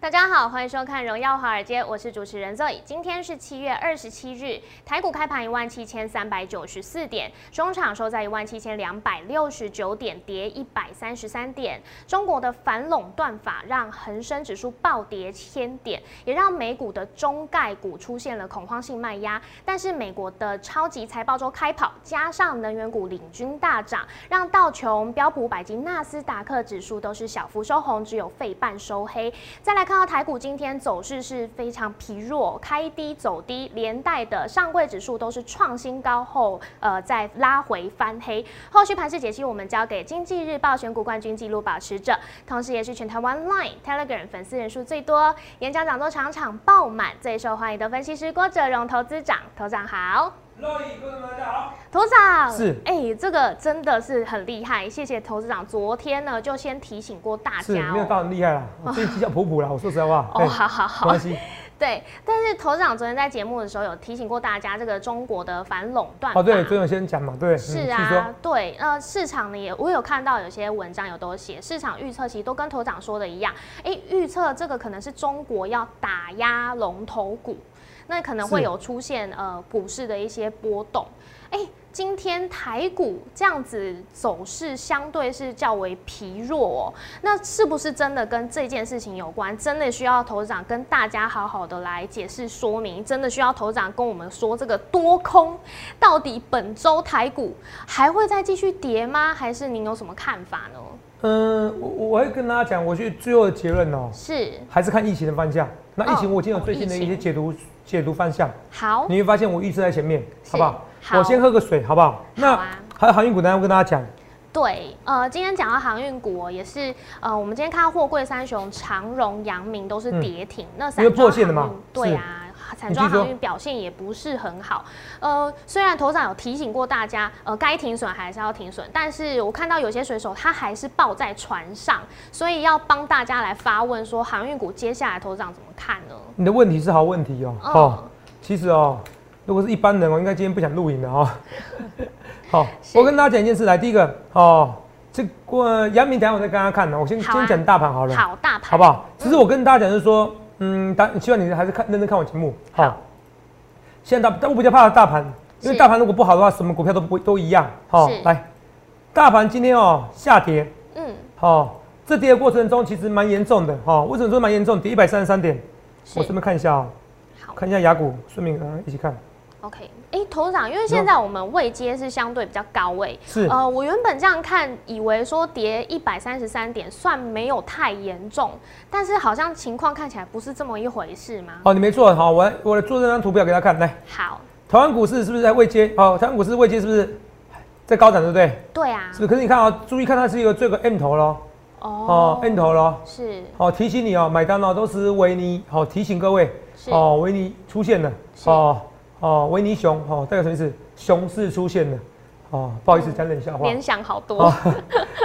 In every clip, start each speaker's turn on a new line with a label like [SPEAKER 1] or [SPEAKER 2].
[SPEAKER 1] 大家好，欢迎收看《荣耀华尔街》，我是主持人 Zoe。今天是七月二十七日，台股开盘一万七千三百九十四点，中场收在一万七千两百六十九点，跌一百三十三点。中国的反垄断法让恒生指数暴跌千点，也让美股的中概股出现了恐慌性卖压。但是美国的超级财报周开跑，加上能源股领军大涨，让道琼、标普、百基、纳斯达克指数都是小幅收红，只有费半收黑。再来看到台股今天走势是非常疲弱，开低走低，连带的上柜指数都是创新高后，呃，再拉回翻黑。后续盘势解析，我们交给《经济日报》选股冠军纪录保持者，同时也是全台湾 Line、Telegram 粉丝人数最多、演讲讲座场场爆满、最受欢迎的分析师郭哲荣投资长。投长好，
[SPEAKER 2] 乐意，观众们大家好。
[SPEAKER 1] 投长
[SPEAKER 3] 是
[SPEAKER 1] 哎、这个真的是很厉害，谢谢投资长。昨天呢就先提醒过大
[SPEAKER 3] 是
[SPEAKER 1] 家
[SPEAKER 3] 没有
[SPEAKER 1] 哦。
[SPEAKER 3] 到很厉害啦，我自己绩效普普啦。我说实在话，
[SPEAKER 1] 哦，
[SPEAKER 3] 嘿
[SPEAKER 1] 好好好
[SPEAKER 3] 没，关系，
[SPEAKER 1] 对，但是头长昨天在节目的时候有提醒过大家，这个中国的反垄断
[SPEAKER 3] 哦对，
[SPEAKER 1] 法
[SPEAKER 3] 最后先讲嘛，对，嗯
[SPEAKER 1] 是
[SPEAKER 3] 据
[SPEAKER 1] 啊
[SPEAKER 3] 说，
[SPEAKER 1] 对，呃，市场呢也我有看到有些文章有都写，市场预测其实都跟头长说的一样，哎、预测这个可能是中国要打压龙头股，那可能会
[SPEAKER 3] 是
[SPEAKER 1] 有出现呃股市的一些波动，哎、今天台股这样子走势相对是较为疲弱哦，那是不是真的跟这件事情有关？真的需要头长跟大家好好的来解释说明，真的需要头长跟我们说这个多空到底本周台股还会再继续跌吗？还是您有什么看法呢？
[SPEAKER 3] 嗯，我我会跟大家讲，我去最后的结论哦，
[SPEAKER 1] 是
[SPEAKER 3] 还是看疫情的方向。那疫情我已经有最新的一
[SPEAKER 1] 哦疫
[SPEAKER 3] 些
[SPEAKER 1] 情
[SPEAKER 3] 解读解读方向，
[SPEAKER 1] 好，
[SPEAKER 3] 你会发现我预测在前面，
[SPEAKER 1] 是
[SPEAKER 3] 好不好？
[SPEAKER 1] 好
[SPEAKER 3] 我先喝个水，好不好？
[SPEAKER 1] 好
[SPEAKER 3] 那
[SPEAKER 1] 啊
[SPEAKER 3] 还有航运股呢，我跟大家讲，
[SPEAKER 1] 对，呃，今天讲到航运股、哦，也是呃，我们今天看到货柜三雄、长荣、阳明都是跌停，那散
[SPEAKER 3] 嗯因为破
[SPEAKER 1] 装
[SPEAKER 3] 线了嘛
[SPEAKER 1] 航运对
[SPEAKER 3] 是
[SPEAKER 1] 啊。散
[SPEAKER 3] 你
[SPEAKER 1] 装
[SPEAKER 3] 继续
[SPEAKER 1] 航
[SPEAKER 3] 说
[SPEAKER 1] 运表现也不是很好，呃，虽然头长有提醒过大家，呃，该停损还是要停损，但是我看到有些水手他还是抱在船上，所以要帮大家来发问说航运股接下来头长怎么看呢？
[SPEAKER 3] 你的问题是好问题哦。
[SPEAKER 1] 嗯
[SPEAKER 3] 哦，其实哦，如果是一般人，我哦应该今天不想录影了哦。 好，
[SPEAKER 1] 是
[SPEAKER 3] 我跟大家讲一件事来，第一个哦，这个杨明，等一下我再跟大家看呢。我先
[SPEAKER 1] 好啊
[SPEAKER 3] 先讲大盘好了。
[SPEAKER 1] 好嗯大盘，
[SPEAKER 3] 好不好？其实我跟大家讲就是说，嗯，大希望你还是看认真看我节目。
[SPEAKER 1] 好
[SPEAKER 3] 好，现在大，但我比较怕大盘，因为
[SPEAKER 1] 是
[SPEAKER 3] 大盘如果不好的话，什么股票都不都一样。好
[SPEAKER 1] 是，
[SPEAKER 3] 来，大盘今天哦下跌，
[SPEAKER 1] 嗯，
[SPEAKER 3] 好，这跌的过程中其实蛮严重的。哈，为什么说蛮严重？跌一百三十三点，我顺便看一下哦，
[SPEAKER 1] 好
[SPEAKER 3] 看一下雅股，顺便嗯一起看。
[SPEAKER 1] ，OK，哎、头长，因为现在我们位阶是相对比较高位，
[SPEAKER 3] 是
[SPEAKER 1] 呃，我原本这样看，以为说跌一百三十三点算没有太严重，但是好像情况看起来不是这么一回事吗？
[SPEAKER 3] 哦好，你没错。好，我来我来做这张图表给大家看。来，
[SPEAKER 1] 好，
[SPEAKER 3] 台湾股市是不是在未接？好，台湾股市未接是不是在高涨？对不对？
[SPEAKER 1] 对啊
[SPEAKER 3] 是，不是？可是你看啊、注意看它是一个这个 M 头喽。哦，N 头咯，
[SPEAKER 1] 是
[SPEAKER 3] 好、提醒你哦，买单哦，都是维尼，好、提醒各位，
[SPEAKER 1] 是
[SPEAKER 3] 哦，维尼出现了，
[SPEAKER 1] 是
[SPEAKER 3] 哦哦，维尼熊，哦，代表什么意思？熊市出现了，哦，不好意思，讲冷笑话，
[SPEAKER 1] 联想好多，
[SPEAKER 3] 哦，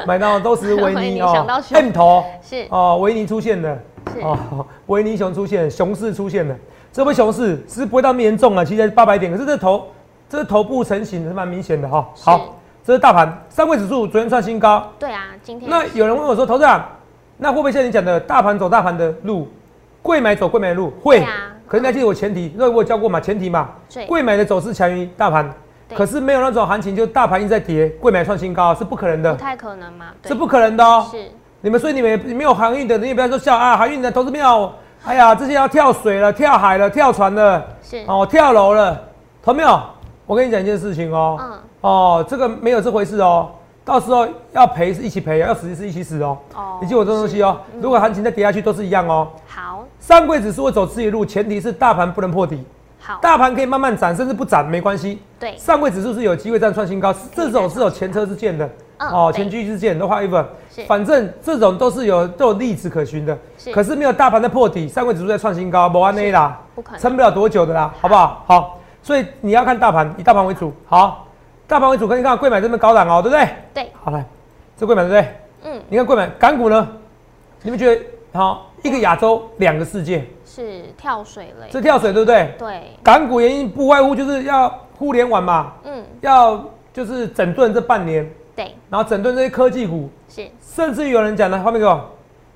[SPEAKER 3] 买单哦，都是 维
[SPEAKER 1] 维尼
[SPEAKER 3] 尼
[SPEAKER 1] 想到
[SPEAKER 3] 哦
[SPEAKER 1] 熊
[SPEAKER 3] ，M 头，
[SPEAKER 1] 是
[SPEAKER 3] 哦，维尼出现了，
[SPEAKER 1] 是
[SPEAKER 3] 哦，维尼熊出现了，熊市出现了，这波熊市是不会到那么严重啊，其实八百点，可是这头这头部成型是蛮明显的哈、
[SPEAKER 1] 是
[SPEAKER 3] 好，这是大盘，三位指数昨天创新高，
[SPEAKER 1] 对啊，今天
[SPEAKER 3] 那有人问我说，投资长，那会不会像你讲的，大盘走大盘的路，贵买走贵买的路？会。
[SPEAKER 1] 对啊
[SPEAKER 3] 可是你还记得我前提，那我有教过嘛？前提嘛
[SPEAKER 1] 对，
[SPEAKER 3] 贵买的走势强于大盘，
[SPEAKER 1] 对
[SPEAKER 3] 可是没有那种行情，就大盘一直在跌，贵买创新高是不可能
[SPEAKER 1] 不
[SPEAKER 3] 的，
[SPEAKER 1] 太可能嘛，对
[SPEAKER 3] 是不可能的哦。
[SPEAKER 1] 是
[SPEAKER 3] 你们所以你们也没有航运的，你也不要说笑啊，航运的投资票，哎呀，这些要跳水了、跳海了、跳船了，
[SPEAKER 1] 是
[SPEAKER 3] 哦，跳楼了，投没有？我跟你讲一件事情哦，
[SPEAKER 1] 嗯
[SPEAKER 3] 哦，这个没有这回事哦，到时候要赔是一起赔，要死是一起死哦。
[SPEAKER 1] 哦
[SPEAKER 3] 你记我这种东西哦，如果行情再跌下去都是一样哦。
[SPEAKER 1] 好
[SPEAKER 3] 上柜指数会走自己的路，前提是大盘不能破底，
[SPEAKER 1] 好
[SPEAKER 3] 大盘可以慢慢涨，甚至不涨没关系。
[SPEAKER 1] 对
[SPEAKER 3] 上柜指数是有机会再创新高，这种是有前车之鉴的，
[SPEAKER 1] 嗯
[SPEAKER 3] 哦，
[SPEAKER 1] 对
[SPEAKER 3] 前车之鉴的话，even，
[SPEAKER 1] 是
[SPEAKER 3] 反正这种都是有都有例子可循的
[SPEAKER 1] 是。
[SPEAKER 3] 可是没有大盘的破底，上柜指数在创新高，不安内啦
[SPEAKER 1] 不可，能
[SPEAKER 3] 撑不了多久的啦，好不好？好，所以你要看大盘，以大盘为主，好，大盘为主，可以看贵买这边高档哦，对不对？
[SPEAKER 1] 对，
[SPEAKER 3] 好来，这贵买对不对？
[SPEAKER 1] 嗯
[SPEAKER 3] 你看贵买港股呢？你们觉得好？一个亚洲，两个世界，
[SPEAKER 1] 是跳水了耶，
[SPEAKER 3] 这跳水对不对？
[SPEAKER 1] 对，
[SPEAKER 3] 港股原因不外乎就是要互联网嘛，
[SPEAKER 1] 嗯
[SPEAKER 3] 要就是整顿这半年，
[SPEAKER 1] 对
[SPEAKER 3] 然后整顿这些科技股，
[SPEAKER 1] 是
[SPEAKER 3] 甚至于有人讲呢，画面给我，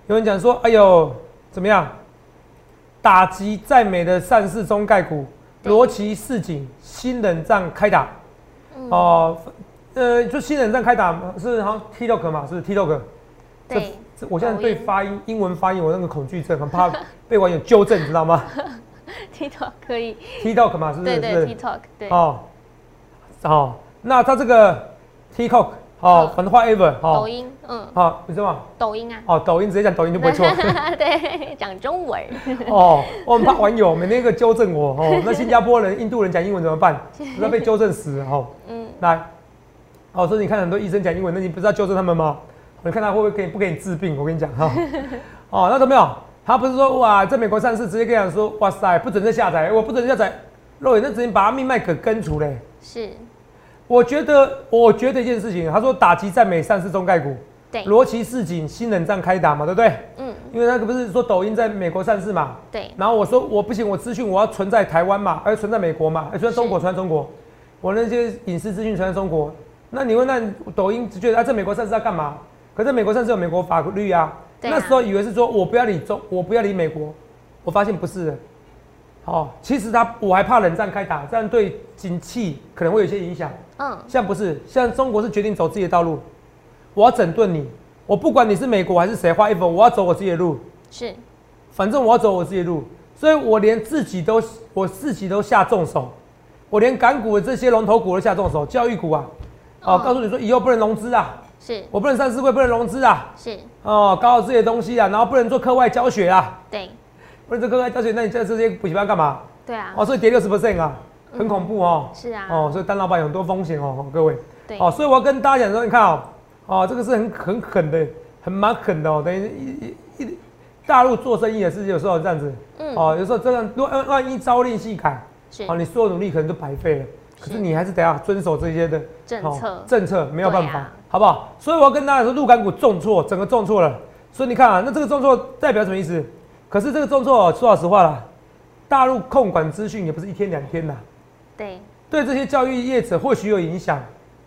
[SPEAKER 3] 有人讲说，哎呦，怎么样？打击在美的上市中概股，
[SPEAKER 1] 对
[SPEAKER 3] 罗奇、市井、新人战开打。
[SPEAKER 1] 嗯
[SPEAKER 3] 哦、呃，就新人战开打是好像 TikTok 嘛，是不是 TikTok。
[SPEAKER 1] 对，
[SPEAKER 3] 这我现在
[SPEAKER 1] 抖
[SPEAKER 3] 对
[SPEAKER 1] 音
[SPEAKER 3] 发音英文发音我那个恐惧症，很怕被网友纠正，你知 道吗
[SPEAKER 1] TikTok 可以，
[SPEAKER 3] ？TikTok 嘛，是不是？
[SPEAKER 1] 对
[SPEAKER 3] 是
[SPEAKER 1] 对 TikTok 对，
[SPEAKER 3] 哦，哦，那它这个 TikTok 哦
[SPEAKER 1] 嗯，
[SPEAKER 3] 反正 whatever
[SPEAKER 1] 抖
[SPEAKER 3] 哦，
[SPEAKER 1] 音，嗯，
[SPEAKER 3] 好，你知道吗？
[SPEAKER 1] 抖音啊，
[SPEAKER 3] 哦，抖音直接讲抖音就不会错
[SPEAKER 1] 对，讲中文，
[SPEAKER 3] 哦。我很怕网友每天一个纠正我 哦，那新加坡人、印度人讲英文怎么办？不要被纠正死哦。
[SPEAKER 1] 嗯，
[SPEAKER 3] 来，哦，所以你看很多医生讲英文，那你不是要纠正他们吗？哦你看他会不会给你不给你治病？我跟你讲 哈，哦，那都没有，他不是说哇，在美国上市直接跟你讲说，哇塞，不准再下载，我不准下载，肉眼那直接把他命脉给根除嘞。
[SPEAKER 1] 是，
[SPEAKER 3] 我觉得，我觉得一件事情，他说打击在美上市中概股，
[SPEAKER 1] 对，
[SPEAKER 3] 罗奇市井新冷战开打嘛，对不对？
[SPEAKER 1] 嗯，
[SPEAKER 3] 因为那个不是说抖音在美国上市嘛，
[SPEAKER 1] 对，
[SPEAKER 3] 然后我说我不行，我资讯我要存在台湾嘛，而哎存在美国嘛，而存在中国，
[SPEAKER 1] 是
[SPEAKER 3] 存在中国，我那些隐私资讯存在中国。那你问那抖音只觉得啊，在美国上市要干嘛？可是美国上市有美国法律啊。
[SPEAKER 1] 对啊
[SPEAKER 3] 那时候以为是说我不要理中，我不要理美国，我发现不是的。哦，其实他我还怕冷战开打，这样对景气可能会有一些影响。
[SPEAKER 1] 嗯，
[SPEAKER 3] 现在不是，现在中国是决定走自己的道路，我要整顿你，我不管你是美国还是谁，花一分，我要走我自己的路。
[SPEAKER 1] 是，
[SPEAKER 3] 反正我要走我自己的路，所以我连自己都我自己都下重手，我连港股的这些龙头股都下重手，教育股啊，哦，
[SPEAKER 1] 嗯
[SPEAKER 3] 告诉你说以后不能融资啊，
[SPEAKER 1] 是，
[SPEAKER 3] 我不能上市会，不能融资啊，
[SPEAKER 1] 是，
[SPEAKER 3] 哦，搞好自己的东西啊，然后不能做课外教学啊，
[SPEAKER 1] 对，
[SPEAKER 3] 不能做课外教学，那你在这些补习班干嘛？
[SPEAKER 1] 对啊，嗯
[SPEAKER 3] 哦，所以跌六十 percent 啊，很恐怖哦，
[SPEAKER 1] 是啊
[SPEAKER 3] 哦，所以当老板有很多风险哦，哦各位，
[SPEAKER 1] 对
[SPEAKER 3] 哦，所以我要跟大家讲说，你看哦，哦，这个是很很狠的，很蛮狠的哦，等于一一一大陆做生意也是有时候这样子。
[SPEAKER 1] 嗯，
[SPEAKER 3] 哦，有时候真的，如果万万一朝令夕改，
[SPEAKER 1] 是
[SPEAKER 3] 哦，你所有努力可能都白费了。可是
[SPEAKER 1] 是
[SPEAKER 3] 你还是得要遵守这些的
[SPEAKER 1] 政
[SPEAKER 3] 哦
[SPEAKER 1] 策
[SPEAKER 3] 政策没有办
[SPEAKER 1] 对
[SPEAKER 3] 法，
[SPEAKER 1] 啊
[SPEAKER 3] 好不好？所以我要跟大家说，陆港股重挫，整个重挫了。所以你看啊，那这个重挫代表什么意思？可是这个重挫哦，说老实话啦，大陆控管资讯也不是一天两天啦，
[SPEAKER 1] 对，
[SPEAKER 3] 对这些教育业者或许有影响，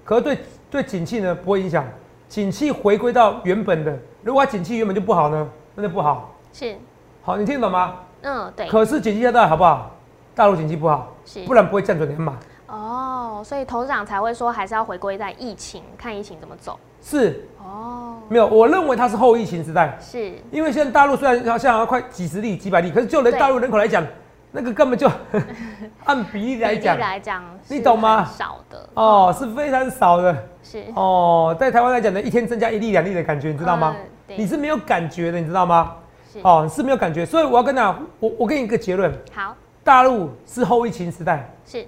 [SPEAKER 3] 可是对对景气呢不会影响。景气回归到原本的，如果它景气原本就不好呢，那就不好。
[SPEAKER 1] 是，
[SPEAKER 3] 好，你听得懂吗？
[SPEAKER 1] 嗯，对，
[SPEAKER 3] 可是景气现在好不好？大陆景气不好，
[SPEAKER 1] 是
[SPEAKER 3] 不，然不会降准两码。
[SPEAKER 1] 哦，所以头长才会说还是要回归在疫情，看疫情怎么走，
[SPEAKER 3] 是
[SPEAKER 1] 哦，
[SPEAKER 3] 没有，我认为它是后疫情时代，
[SPEAKER 1] 是，
[SPEAKER 3] 因为现在大陆虽然好像快几十例、几百例，可是就人
[SPEAKER 1] 对
[SPEAKER 3] 大陆人口来讲，那个根本就 按比例来
[SPEAKER 1] 比例
[SPEAKER 3] 讲，
[SPEAKER 1] 来讲，
[SPEAKER 3] 你懂吗
[SPEAKER 1] 少的，
[SPEAKER 3] 哦，是非常少的
[SPEAKER 1] 是，
[SPEAKER 3] 哦。在台湾来讲呢，一天增加一例、两例的感觉，你知道吗？
[SPEAKER 1] 嗯对
[SPEAKER 3] 你是没有感觉的，你知道吗？
[SPEAKER 1] 是，
[SPEAKER 3] 哦，是没有感觉，所以我要跟你讲，我我给你一个结论：
[SPEAKER 1] 好，
[SPEAKER 3] 大陆是后疫情时代，
[SPEAKER 1] 是，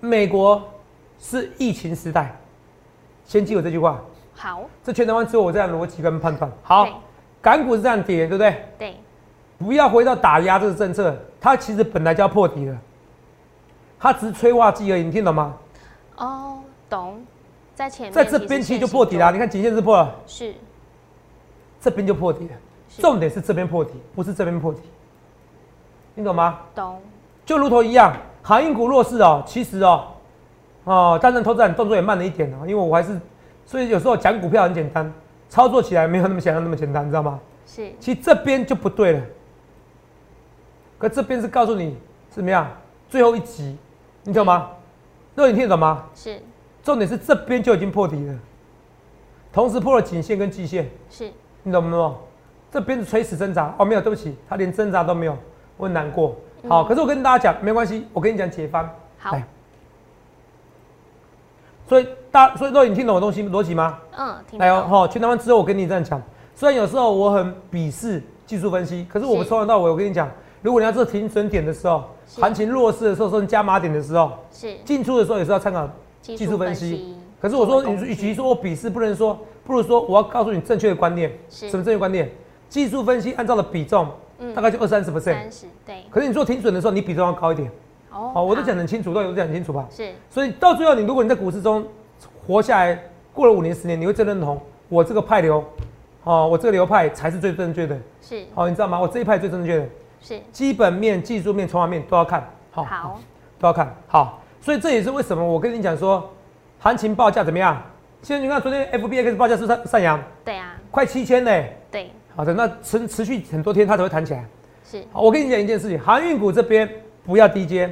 [SPEAKER 3] 美国是疫情时代。先记我这句话。
[SPEAKER 1] 好，
[SPEAKER 3] 这全台湾只有我这样的逻辑跟判断。
[SPEAKER 1] 对
[SPEAKER 3] 好，港股是这样跌，对不对？
[SPEAKER 1] 对，
[SPEAKER 3] 不要回到打压这个政策，它其实本来就要破底了，它只是催化剂而已，你听懂吗？
[SPEAKER 1] 哦，懂，在前面，
[SPEAKER 3] 在这边其实就破底了，，你看颈线是破了，
[SPEAKER 1] 是，
[SPEAKER 3] 这边就破底了。
[SPEAKER 1] 是
[SPEAKER 3] 重点是这边破底，不是这边破底，你懂吗？
[SPEAKER 1] 懂，
[SPEAKER 3] 就如同一样，航运股弱势哦，其实哦，哦，当然投资人动作也慢了一点哦，因为我还是，所以有时候讲股票很简单，操作起来没有那么想象那么简单，你知道吗？
[SPEAKER 1] 是，
[SPEAKER 3] 其实这边就不对了。可这边是告诉你怎么样，最后一集，你懂吗？那你听得懂吗？
[SPEAKER 1] 是，
[SPEAKER 3] 重点是这边就已经破底了，同时破了颈线跟季线，
[SPEAKER 1] 是，
[SPEAKER 3] 你懂不懂？这边是垂死挣扎哦，没有，对不起，他连挣扎都没有，我很难过。好，
[SPEAKER 1] 嗯
[SPEAKER 3] 可是我跟大家讲，没关系，我跟你讲解方。
[SPEAKER 1] 好
[SPEAKER 3] 来，所以大，所以说你听懂我东西逻辑吗？
[SPEAKER 1] 嗯，听
[SPEAKER 3] 来哦，
[SPEAKER 1] 懂，
[SPEAKER 3] 好，全台湾只有我跟你这样讲。虽然有时候我很鄙视技术分析，可是我们
[SPEAKER 1] 是
[SPEAKER 3] 从头到尾，我跟你讲，如果你要做停损点的时候，
[SPEAKER 1] 是
[SPEAKER 3] 行情弱势的时候，说你加码点的时候，
[SPEAKER 1] 是
[SPEAKER 3] 进出的时候也是要参考
[SPEAKER 1] 技
[SPEAKER 3] 技术
[SPEAKER 1] 术
[SPEAKER 3] 分
[SPEAKER 1] 分
[SPEAKER 3] 析
[SPEAKER 1] 析。
[SPEAKER 3] 可是我
[SPEAKER 1] 作
[SPEAKER 3] 说，
[SPEAKER 1] 为
[SPEAKER 3] 你
[SPEAKER 1] 工
[SPEAKER 3] 与
[SPEAKER 1] 具
[SPEAKER 3] 其说我鄙视，不能说，不如说我要告诉你正确的观念。
[SPEAKER 1] 是
[SPEAKER 3] 什么正确观念？技术分析按照的比重，
[SPEAKER 1] 嗯
[SPEAKER 3] 大概就二三十 percent。
[SPEAKER 1] 三十，对，
[SPEAKER 3] 可是你做停损的时候，你比重要高一点。
[SPEAKER 1] 哦
[SPEAKER 3] 好，我都
[SPEAKER 1] 好
[SPEAKER 3] 讲得很清楚，都有讲得很清楚吧？
[SPEAKER 1] 是，
[SPEAKER 3] 所以到最后，你如果你在股市中活下来，过了五年、十年，你会真认同我这个派流，哦，我这个流派才是最正确的。
[SPEAKER 1] 是，
[SPEAKER 3] 好、你知道吗？我这一派最正确的，
[SPEAKER 1] 是，
[SPEAKER 3] 基本面、技术面、筹码面都要看，好、
[SPEAKER 1] 好，
[SPEAKER 3] 都要看好。所以这也是为什么我跟你讲说，行情报价怎么样？现在你看昨天 FBX 报价是上上扬，
[SPEAKER 1] 对啊，
[SPEAKER 3] 快七千嘞，
[SPEAKER 1] 对，
[SPEAKER 3] 好的，那持持续很多天它才会弹起来。
[SPEAKER 1] 是
[SPEAKER 3] 好，我跟你讲一件事情，航运股这边不要低接，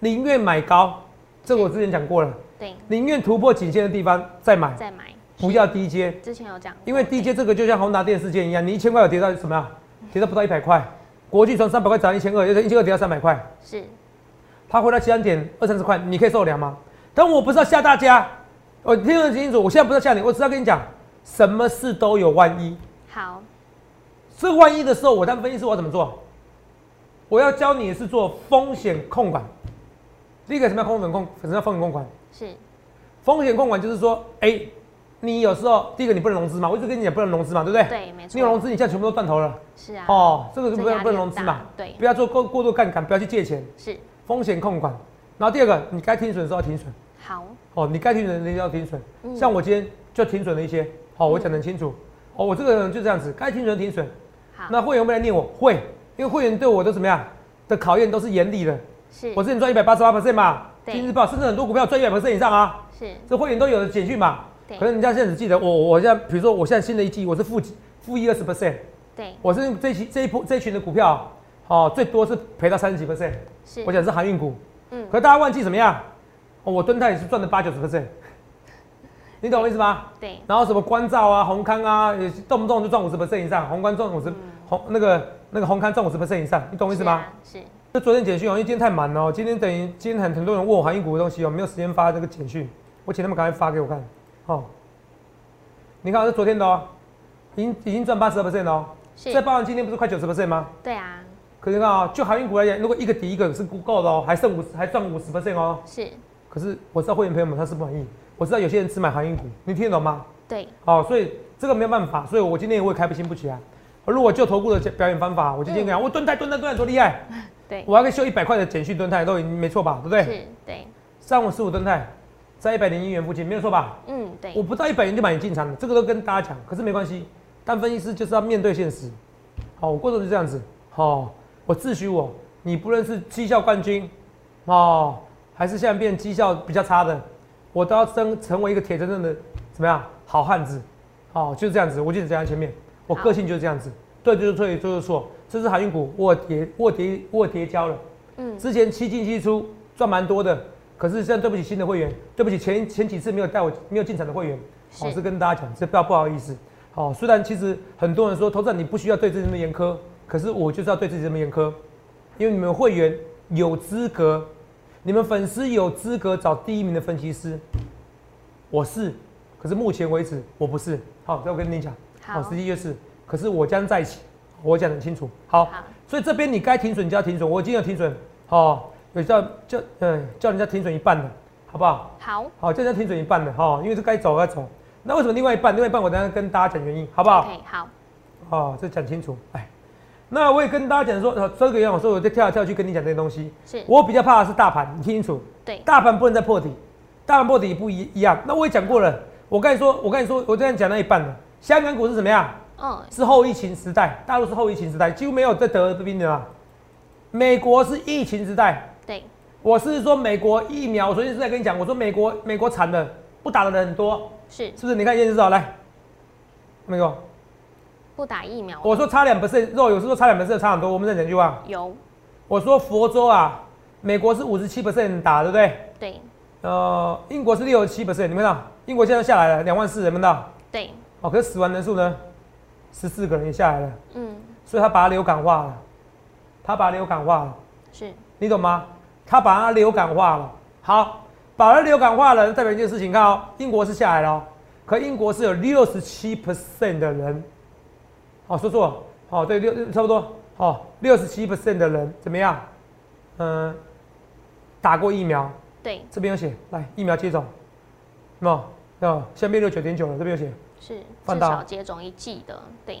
[SPEAKER 3] 宁愿买高，这个我之前讲过了，
[SPEAKER 1] 对，
[SPEAKER 3] 宁愿突破颈线的地方再买，
[SPEAKER 1] 再买，
[SPEAKER 3] 不要低接，
[SPEAKER 1] 之前有讲过，
[SPEAKER 3] 因为低接这个就像宏达电事件一样，你一千块有跌到什么呀？跌到不到一百块，国际从三百块涨到一千二，又一千二跌到三百块，
[SPEAKER 1] 是
[SPEAKER 3] 它回到起涨点二三十块，你可以受得了吗？但我不是要吓大家，我听得很清楚，我现在不是要吓你，我只是要跟你讲，什么事都有万一。
[SPEAKER 1] 好，
[SPEAKER 3] 这万一的时候，我当分析师我要怎么做？我要教你的是做风险控管。第一个什么叫风险控？什么叫风险控管？
[SPEAKER 1] 是
[SPEAKER 3] 风险控管就是说，哎、你有时候第一个你不能融资嘛，我一直跟你讲不能融资嘛，对不对？
[SPEAKER 1] 对，没错，
[SPEAKER 3] 你有融资，你现在全部都断头了。
[SPEAKER 1] 是啊，
[SPEAKER 3] 哦，这个就不
[SPEAKER 1] 这压
[SPEAKER 3] 能
[SPEAKER 1] 力
[SPEAKER 3] 不能融资嘛
[SPEAKER 1] 很大，对
[SPEAKER 3] 不要做过过度杠杆，不要去借钱，
[SPEAKER 1] 是
[SPEAKER 3] 风险控管。然后第二个，你该停损的时候要停损，
[SPEAKER 1] 好，
[SPEAKER 3] 哦，你该停损的时候要停损。
[SPEAKER 1] 嗯
[SPEAKER 3] 像我今天就停损了一些，好、我讲得很清楚，哦，我这个人就这样子，该停损停损。
[SPEAKER 1] 好，
[SPEAKER 3] 那会员会不会来念我？会，因为会员对我都怎么样的考验都是严厉的。
[SPEAKER 1] 是
[SPEAKER 3] 我之前赚一百八十八 percent 嘛，
[SPEAKER 1] 对
[SPEAKER 3] 今日报甚至很多股票赚一百 percent 以上啊，
[SPEAKER 1] 是
[SPEAKER 3] 这会员都有的简讯嘛。
[SPEAKER 1] 对
[SPEAKER 3] 可是人家现在只记得我，我现在比如说我现在新的一季我是负几负一二十 percent，
[SPEAKER 1] 对
[SPEAKER 3] 我是这一期这一波这一群的股票，哦，最多是赔到三十几 percent，
[SPEAKER 1] 是
[SPEAKER 3] 我，讲是航运股。
[SPEAKER 1] 嗯
[SPEAKER 3] 可是大家忘记怎么样？哦、我蹲泰也是赚了八九十 percent，你懂我意思吗？
[SPEAKER 1] 对
[SPEAKER 3] 然后什么关照啊、宏康啊，也是动不动就赚五十 percent 以上，宏观赚五十，宏那个那个宏康赚五十 percent 以上，你懂我意思吗？？
[SPEAKER 1] 嗯是啊
[SPEAKER 3] 就昨天简讯哦，因为今天太满了哦，今天等于今天很很多人问我航运股的东西哦，没有时间发这个简讯，我请他们赶快发给我看，哦，你看这昨天的哦，已经已经赚八十 percent 哦，
[SPEAKER 1] 是
[SPEAKER 3] 再
[SPEAKER 1] 是，
[SPEAKER 3] 包含今天不是快九十 percent 吗？
[SPEAKER 1] 对啊，
[SPEAKER 3] 可是你看啊、就航运股来讲，如果一个抵一个是不够的哦，还剩五还赚五十 percent 哦，
[SPEAKER 1] 是
[SPEAKER 3] 可是我知道会员朋友们他是不满意，我知道有些人只买航运股，你听得懂吗？
[SPEAKER 1] 对
[SPEAKER 3] 好、所以这个没有办法，所以我今天我也开不心不起来。而如果就投顾的表演方法，我今天跟你讲，我蹲泰蹲泰蹲泰多厉害，
[SPEAKER 1] 对
[SPEAKER 3] 我还可以秀一百块的简讯蹲泰，都已经没错吧？对不对？
[SPEAKER 1] 是，对，
[SPEAKER 3] 上午十五蹲泰，在一百零一元附近，没有错吧？
[SPEAKER 1] 嗯对
[SPEAKER 3] 我，不到一百元就买你进场的，这个都跟大家讲，可是没关系，但分析师就是要面对现实。好，我过程就这样子。好、我自诩我，你不论是绩效冠军，哦，还是现在变绩效比较差的，我都要成成为一个铁铮铮的怎么样好汉子。好、就是这样子，我就走在前面，我
[SPEAKER 1] 好
[SPEAKER 3] 个性就是这样子，对就是对，错就是错。这是航运股，我有叠我有叠我有叠交了。
[SPEAKER 1] 嗯
[SPEAKER 3] 之前七进七出赚蛮多的，可是现在对不起新的会员，对不起前前几次没有带我没有进场的会员，
[SPEAKER 1] 是
[SPEAKER 3] 我、是跟大家讲，这不要不好意思。好、虽然其实很多人说投资人你不需要对自己这么严苛，可是我就是要对自己这么严苛，因为你们会员有资格，你们粉丝有资格找第一名的分析师，我是，可是目前为止我不是。好，这我跟你讲，
[SPEAKER 1] 好
[SPEAKER 3] 实际就是，可是我将在一起，我讲得很清楚。好，
[SPEAKER 1] 好
[SPEAKER 3] 所以这边你该停损就要停损，我已经有停损，好、有叫叫嗯叫人家停损一半的，好不好？
[SPEAKER 1] 好
[SPEAKER 3] 好，叫人家停损一半的哈、因为这该走该走。那为什么另外一半？另外一半我等一下跟大家讲原因，好不好？
[SPEAKER 1] ，OK 好，
[SPEAKER 3] 哦，这讲清楚。哎，那我也跟大家讲说，呃这个样我说我在跳来跳去跟你讲这些东西。
[SPEAKER 1] 是
[SPEAKER 3] 我比较怕的是大盘，你听清楚，
[SPEAKER 1] 对
[SPEAKER 3] 大盘不能再破底，大盘破底不一一样。那我也讲过了，我刚才说，我刚才说，我这样讲到一半了。香港股是怎么样？
[SPEAKER 1] 嗯
[SPEAKER 3] 是后疫情时代，大陆是后疫情时代，几乎没有在得病的啦。美国是疫情时代，
[SPEAKER 1] 对
[SPEAKER 3] 我是说美国疫苗，我昨天是在跟你讲，我说美国美国惨了，不打的人很多，
[SPEAKER 1] 是
[SPEAKER 3] 是不是？你看验证照来，美国，
[SPEAKER 1] 不打疫苗
[SPEAKER 3] 我说差两 percent，肉有时候差两 percent 差很多，我们再讲一句话，
[SPEAKER 1] 有
[SPEAKER 3] 我说佛州啊，美国是五十七 percent 打，对不对？
[SPEAKER 1] 对
[SPEAKER 3] 呃，英国是六十七 percent，你们看到英国现在下来了两万四，你们看到？
[SPEAKER 1] 对
[SPEAKER 3] 哦，可是死亡人数呢，十四个人也下来了，
[SPEAKER 1] 嗯
[SPEAKER 3] 所以他把它流感化了，他把它流感化了。
[SPEAKER 1] 是
[SPEAKER 3] 你懂吗？他把它流感化了。好，把它流感化了，代表一件事情，看哦，英国是下来了、哦，可英国是有六十七 percent 的人，哦，说错了，哦，对，六差不多，哦，六十七 percent 的人怎么样？嗯、打过疫苗，
[SPEAKER 1] 对
[SPEAKER 3] 这边有写，来疫苗接种，那那下面六九点九了，这边有写，
[SPEAKER 1] 是
[SPEAKER 3] 放
[SPEAKER 1] 至
[SPEAKER 3] 大
[SPEAKER 1] 少接种一剂的，对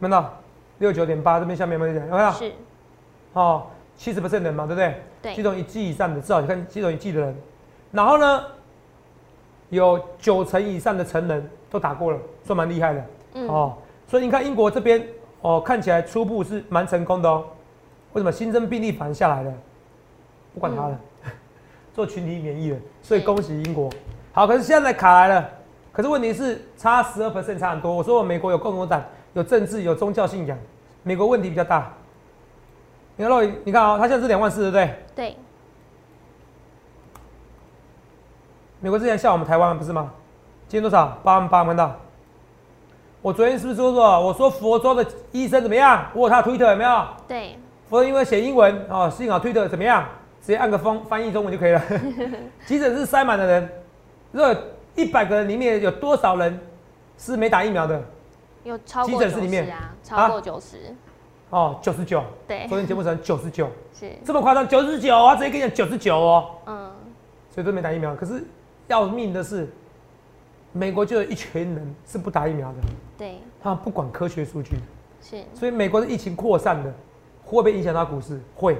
[SPEAKER 3] 看到六九点八，这边下面有没有写？有没有？
[SPEAKER 1] 是，
[SPEAKER 3] 哦，七十 percent 人嘛，对不对？
[SPEAKER 1] 对
[SPEAKER 3] 接种一剂以上的，至少你看接种一剂的人，然后呢，有九成以上的成人都打过了，算蛮厉害的、
[SPEAKER 1] 嗯
[SPEAKER 3] 哦。所以你看英国这边哦，看起来初步是蛮成功的哦。为什么新增病例反而下来了？不管它了， 做群体免疫了，所以
[SPEAKER 1] 嗯对
[SPEAKER 3] 恭喜英国。好，可是现在卡来了，可是问题是差十二 percent 差很多。我说我美国有共和党，有政治、有宗教信仰，美国问题比较大。你看，肉，你看啊、哦，它现在是两万四，对不对？
[SPEAKER 1] 对，
[SPEAKER 3] 美国之前笑我们台湾不是吗？今天多少？八万八，我们看到。我昨天是不是说过？我说佛州的医生怎么样？我有他的 Twitter 有没有？
[SPEAKER 1] 对，
[SPEAKER 3] 佛州因为写英文啊，哦幸好 Twitter 怎么样？直接按个翻翻译中文就可以了。急诊室塞满的人，如果一百个人里面有多少人是没打疫苗的？
[SPEAKER 1] 有超
[SPEAKER 3] 急
[SPEAKER 1] 过
[SPEAKER 3] 诊
[SPEAKER 1] 九
[SPEAKER 3] 室里面
[SPEAKER 1] 十啊，超过九十、
[SPEAKER 3] 哦，九十九。
[SPEAKER 1] 对
[SPEAKER 3] 昨天节目成九十九，
[SPEAKER 1] 是，
[SPEAKER 3] 这么夸张？九十九，我直接跟你讲九十九哦。
[SPEAKER 1] 嗯，
[SPEAKER 3] 所以都没打疫苗。可是要命的是，美国就有一群人是不打疫苗的，
[SPEAKER 1] 对，
[SPEAKER 3] 他们不管科学数据，
[SPEAKER 1] 是，
[SPEAKER 3] 所以美国的疫情扩散的，会不会影响到股市？会，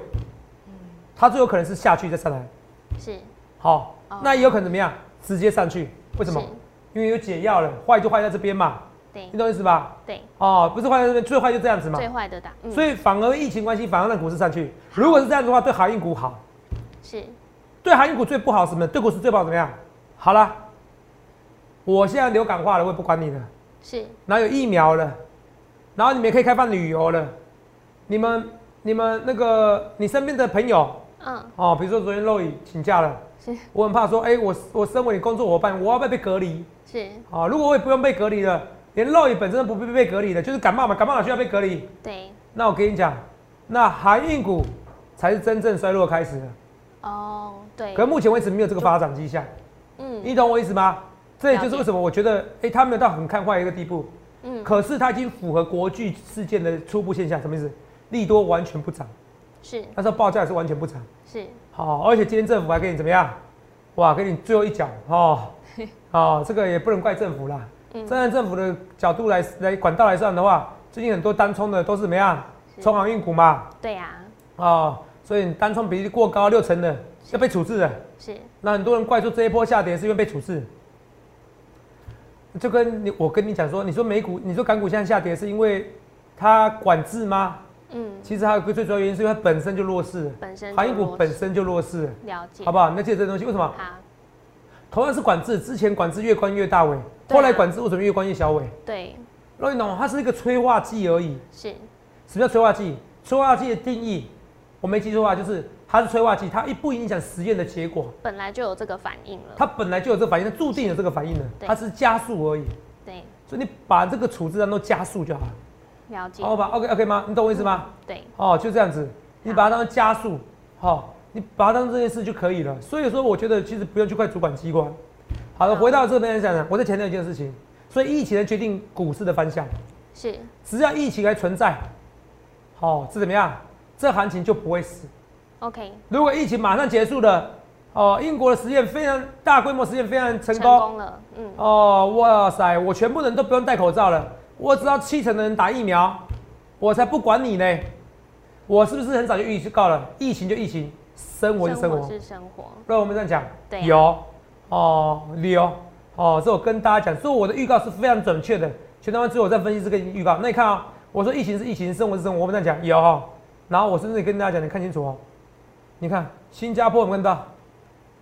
[SPEAKER 3] 它最有可能是下去再上来。
[SPEAKER 1] 是，
[SPEAKER 3] 好
[SPEAKER 1] 哦，
[SPEAKER 3] 那也有可能怎么样？直接上去？为什么
[SPEAKER 1] 是？
[SPEAKER 3] 因为有解药了，坏就坏在这边嘛，
[SPEAKER 1] 对
[SPEAKER 3] 你，懂意思吧？
[SPEAKER 1] 对，
[SPEAKER 3] 哦，不是坏在这边，最坏就这样子嘛。
[SPEAKER 1] 最坏的打，嗯，
[SPEAKER 3] 所以反而疫情关系反而让股市上去。如果是这样子的话，对航运股好，
[SPEAKER 1] 是，
[SPEAKER 3] 对航运股最不好是什么？对股市最不好怎么样？好了，我现在流感化了，我也不管你了。
[SPEAKER 1] 是，
[SPEAKER 3] 然后有疫苗了，然后你们也可以开放旅游了。你们、你们那个你身边的朋友
[SPEAKER 1] 嗯，
[SPEAKER 3] 哦，比如说昨天露雨请假了，
[SPEAKER 1] 是，
[SPEAKER 3] 我很怕说，哎、我我身为你工作伙伴，我要不要被隔离
[SPEAKER 1] 是，
[SPEAKER 3] 啊、哦如果我也不用被隔离了，连露雨本身都不必被隔离的，就是感冒嘛，感冒哪需要被隔离？
[SPEAKER 1] 对，
[SPEAKER 3] 那我跟你讲，那航运股才是真正衰落的开始了。
[SPEAKER 1] 哦，对
[SPEAKER 3] 可，目前为止没有这个发展迹象，
[SPEAKER 1] 嗯，
[SPEAKER 3] 你懂我意思吗？这也就是
[SPEAKER 1] 了解
[SPEAKER 3] 为什么我觉得，哎、他没有到很看坏一个地步，
[SPEAKER 1] 嗯，
[SPEAKER 3] 可是它已经符合国际事件的初步现象，什么意思？利多完全不涨，
[SPEAKER 1] 是，
[SPEAKER 3] 那时候报价也是完全不涨。
[SPEAKER 1] 是，
[SPEAKER 3] 好，而且今天政府还给你怎么样？哇，给你最后一脚哦， 哦，这个也不能怪政府啦。
[SPEAKER 1] 嗯
[SPEAKER 3] 站在政府的角度来来管道来算的话，最近很多单冲的都是怎么样？
[SPEAKER 1] 是
[SPEAKER 3] 冲航运股嘛，
[SPEAKER 1] 对啊，
[SPEAKER 3] 哦，所以你单冲比例过高六成的要被处置的。
[SPEAKER 1] 是，
[SPEAKER 3] 那很多人怪说这一波下跌是因为被处置，就跟你我跟你讲说，你说美股，你说港股现在下跌是因为它管制吗？
[SPEAKER 1] 嗯，
[SPEAKER 3] 其实还有个最主要原因是因为它本身就弱势了，
[SPEAKER 1] 本身
[SPEAKER 3] 航
[SPEAKER 1] 就
[SPEAKER 3] 运股
[SPEAKER 1] 弱
[SPEAKER 3] 本
[SPEAKER 1] 势
[SPEAKER 3] 身就弱势了，
[SPEAKER 1] 了解，
[SPEAKER 3] 好不好？你要记得这个东西，为什么？
[SPEAKER 1] 好，
[SPEAKER 3] 同样是管制，之前管制越关越大尾，
[SPEAKER 1] 对啊
[SPEAKER 3] 后来管制为什么越关越小尾？
[SPEAKER 1] 对，
[SPEAKER 3] 那你懂，它是一个催化剂而已。
[SPEAKER 1] 是，
[SPEAKER 3] 什么叫催化剂？催化剂的定义，我没记错的话，就是它是催化剂，它一不影响实验的结果。
[SPEAKER 1] 本来就有这个反应了，
[SPEAKER 3] 它本来就有这个反应，它注定有这个反应的，
[SPEAKER 1] 对
[SPEAKER 3] 它只是加速而已。
[SPEAKER 1] 对，
[SPEAKER 3] 所以你把这个处置当做加速就好了，
[SPEAKER 1] 了解，嗯
[SPEAKER 3] 好吧？OK OK 吗？你懂我意思吗？
[SPEAKER 1] 对，
[SPEAKER 3] 哦，就这样子，你把它当做加速，好、你把它当做这件事就可以了。所以说，我觉得其实不用去怪主管机关。好了，
[SPEAKER 1] 好
[SPEAKER 3] 回到这边来讲讲，我再强调一件事情，所以疫情来决定股市的方向，
[SPEAKER 1] 是，
[SPEAKER 3] 只要疫情还存在，好、这怎么样？这行情就不会死。
[SPEAKER 1] OK，
[SPEAKER 3] 如果疫情马上结束了，哦，英国的实验非常大规模实验非常成
[SPEAKER 1] 成
[SPEAKER 3] 功，
[SPEAKER 1] 功了，嗯，
[SPEAKER 3] 哦，哇塞！我全部人都不用戴口罩了，我只要七成的人打疫苗，我才不管你呢。我是不是很早就预告了？疫情就疫情，生活就生活。
[SPEAKER 1] 是生活，
[SPEAKER 3] 不然我们这样讲，
[SPEAKER 1] 对啊
[SPEAKER 3] 有哦，有哦，这我跟大家讲，所以我的预告是非常准确的。全台湾只有我在分析这个预告。那你看啊、我说疫情是疫情，生活是生活，我们这样讲有、哦。然后我甚至跟大家讲，你看清楚哦。你看新加坡，我们看到，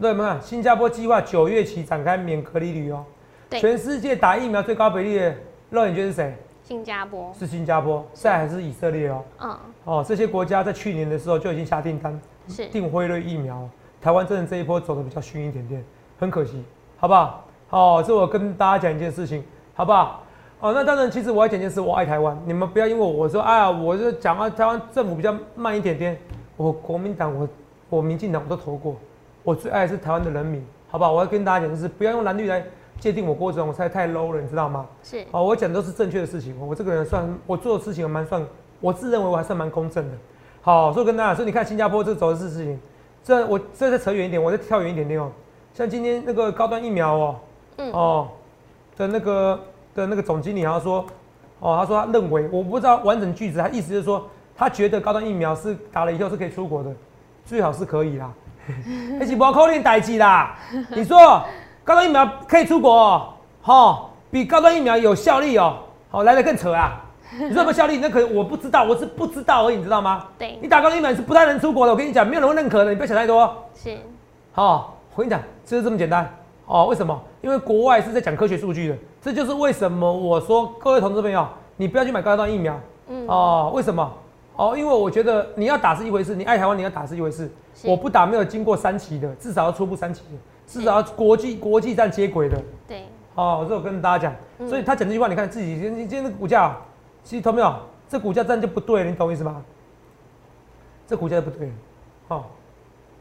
[SPEAKER 3] 对，我们看新加坡计划九月起展开免隔离旅游。
[SPEAKER 1] 对，
[SPEAKER 3] 全世界打疫苗最高比例的，肉眼觉得是谁？
[SPEAKER 1] 新加坡，
[SPEAKER 3] 是新加坡，再还是以色列哦。
[SPEAKER 1] 嗯，
[SPEAKER 3] 哦，这些国家在去年的时候就已经下订单
[SPEAKER 1] 是，
[SPEAKER 3] 订辉瑞疫苗，台湾真的这一波走的比较逊一点点，很可惜，好不好？哦，这我跟大家讲一件事情，好不好？哦，那当然，其实我要讲一件事，我爱台湾，你们不要因为我说，哎呀，我就讲啊，台湾政府比较慢一点点，我国民党，我我民进党我都投过，我最爱的是台湾的人民，好不好？我要跟大家讲，就是不要用蓝绿来界定我郭总，我太太 low 了，你知道吗？
[SPEAKER 1] 是，
[SPEAKER 3] 哦，我讲的都是正确的事情，我这个人算我做的事情蛮算，我自认为我还算蛮公正的。好，所以我跟大家说，你看新加坡这走的是事情，这我这再扯远一点，我再跳远一点点哦。像今天那个高端疫苗哦，
[SPEAKER 1] 嗯
[SPEAKER 3] 哦的那个的那个总经理他说，哦，他说他认为，我不知道完整句子，他意思就是说，他觉得高端疫苗是打了以后是可以出国的，最好是可以啦。 而且不扣练代志啦，你说高端疫苗可以出国、哦，吼、比高端疫苗有效力哦，好、来的更扯啊！你说有没有效力？那可能我不知道，我是不知道而已，你知道吗？
[SPEAKER 1] 对
[SPEAKER 3] 你，打高端疫苗你是不太能出国的，我跟你讲，没有人会认可的，你不要想太多。
[SPEAKER 1] 是，
[SPEAKER 3] 好、我跟你讲，就是这么简单。哦，为什么？因为国外是在讲科学数据的，这就是为什么我说各位同志朋友，你不要去买高端疫苗。
[SPEAKER 1] 嗯，
[SPEAKER 3] 哦，为什么？哦，因为我觉得你要打是一回事，你爱台湾你要打是一回事，
[SPEAKER 1] 是
[SPEAKER 3] 我不打没有经过三期的，至少要初步三期的，至少要国际国际站接轨的。
[SPEAKER 1] 对，
[SPEAKER 3] 哦，这我跟大家讲，
[SPEAKER 1] 嗯
[SPEAKER 3] 所以他讲这句话，你看自己，你你今天的股价啊，其实投没有，这股价站就不对了，你懂我意思吗？这股价就不对了，哦，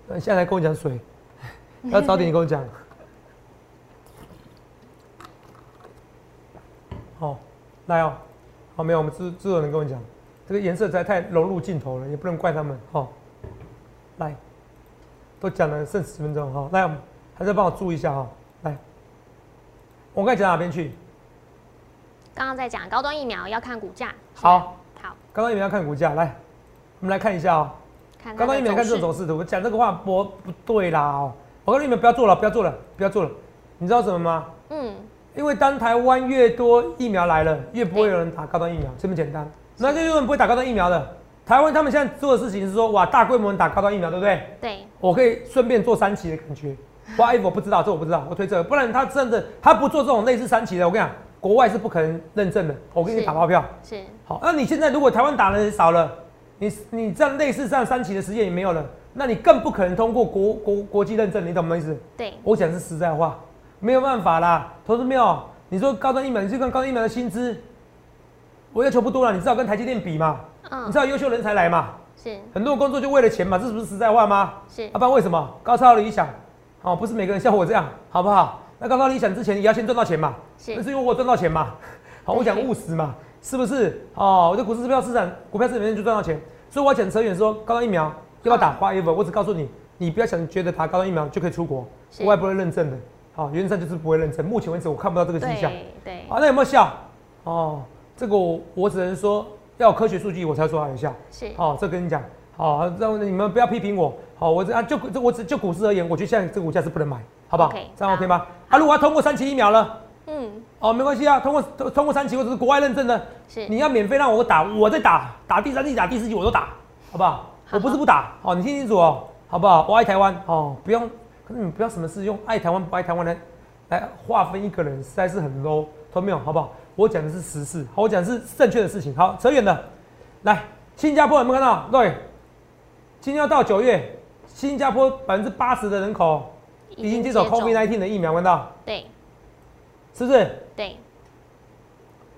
[SPEAKER 3] 呃现在来跟我讲水，要早点你跟我讲。好、来哦，好、没有，我们制制作人跟我讲，这个颜色实在太融入镜头了，也不能怪他们。好、来，都讲了剩十分钟哈、哦，来，我们还是帮我注意一下哈、哦，来。我刚才讲哪边去？
[SPEAKER 1] 刚刚在讲高端疫苗要看股价，是吧
[SPEAKER 3] 好，
[SPEAKER 1] 好
[SPEAKER 3] 刚刚有没有要看股价？来，我们来看一下哦、
[SPEAKER 1] 看它
[SPEAKER 3] 刚刚
[SPEAKER 1] 的
[SPEAKER 3] 有没有看这种
[SPEAKER 1] 走势
[SPEAKER 3] 走势图？我讲这个话不不对啦哦、我告诉你们，不要做了，不要做了，不要做了。你知道什么吗？
[SPEAKER 1] 嗯，
[SPEAKER 3] 因为当台湾越多疫苗来了，越不会有人打高端疫苗，这么简单。那就有人不会打高端疫苗的。台湾他们现在做的事情是说，哇，大规模人打高端疫苗，对不对？
[SPEAKER 1] 对，
[SPEAKER 3] 我可以顺便做三期的感觉。哇，哎，我不知道，这我不知道，我推测，不然他真的他不做这种类似三期的，我跟你讲，国外是不可能认证的。我跟你
[SPEAKER 1] 是
[SPEAKER 3] 打包票。
[SPEAKER 1] 是
[SPEAKER 3] 好，那你现在如果台湾打的人少了，你你这样类似这样三期的实验也没有了，那你更不可能通过国国国际认证，你懂我意思？
[SPEAKER 1] 对，
[SPEAKER 3] 我讲是实在话，没有办法啦，投资没有。你说高端疫苗，你就看高端疫苗的薪资，我要求不多了，你至少跟台积电比嘛，你
[SPEAKER 1] 嗯
[SPEAKER 3] 知，道优秀人才来嘛，
[SPEAKER 1] 是
[SPEAKER 3] 很多工作就为了钱嘛，这是不是实在话吗？
[SPEAKER 1] 是
[SPEAKER 3] 啊要、不然为什么高超理想？哦，不是每个人像我这样，好不好？那高超理想之前也要先赚到钱嘛，那
[SPEAKER 1] 是
[SPEAKER 3] 是因为我赚到钱嘛。 好，我讲务实嘛，是不是？哦，我在股市票市场、股票市场里面就赚到钱，所以我要讲扯远说，高端疫苗要不要打花 e v e 我只告诉你，你不要想觉得打高端疫苗就可以出国，
[SPEAKER 1] 是
[SPEAKER 3] 国外不会认证的。好、原则上就是不会认证，目前为止我看不到这个迹象。
[SPEAKER 1] 对对
[SPEAKER 3] 啊，那有没有效？哦，这个我我只能说要有科学数据我才说它有效。
[SPEAKER 1] 是
[SPEAKER 3] 好、这跟你讲，好、让你们不要批评我，好、我这啊就这我只就股市而言，我觉得现在这个股价是不能买，好不好
[SPEAKER 1] OK，
[SPEAKER 3] 这样 OK 吗？啊，如果要通过三期疫苗了，
[SPEAKER 1] 嗯
[SPEAKER 3] 哦，没关系啊，通过通通过三期或者是国外认证的，
[SPEAKER 1] 是
[SPEAKER 3] 你要免费让我打，我再打，打第三季、打第四季我都打，好不好？我不是不打，好、你听清楚哦，好不好？我爱台湾哦，不用，可是你不要什么事用爱台湾不爱台湾来来划分一个人，实在是很 low，同没有，好不好？我讲的是实事，好，我讲的是正确的事情，好，扯远了，来，新加坡有没有看到？对，今天要到九月，新加坡百分之八十的人口已经接种 COVID-19 的疫苗，有没有看到？
[SPEAKER 1] 对
[SPEAKER 3] 是不是？
[SPEAKER 1] 对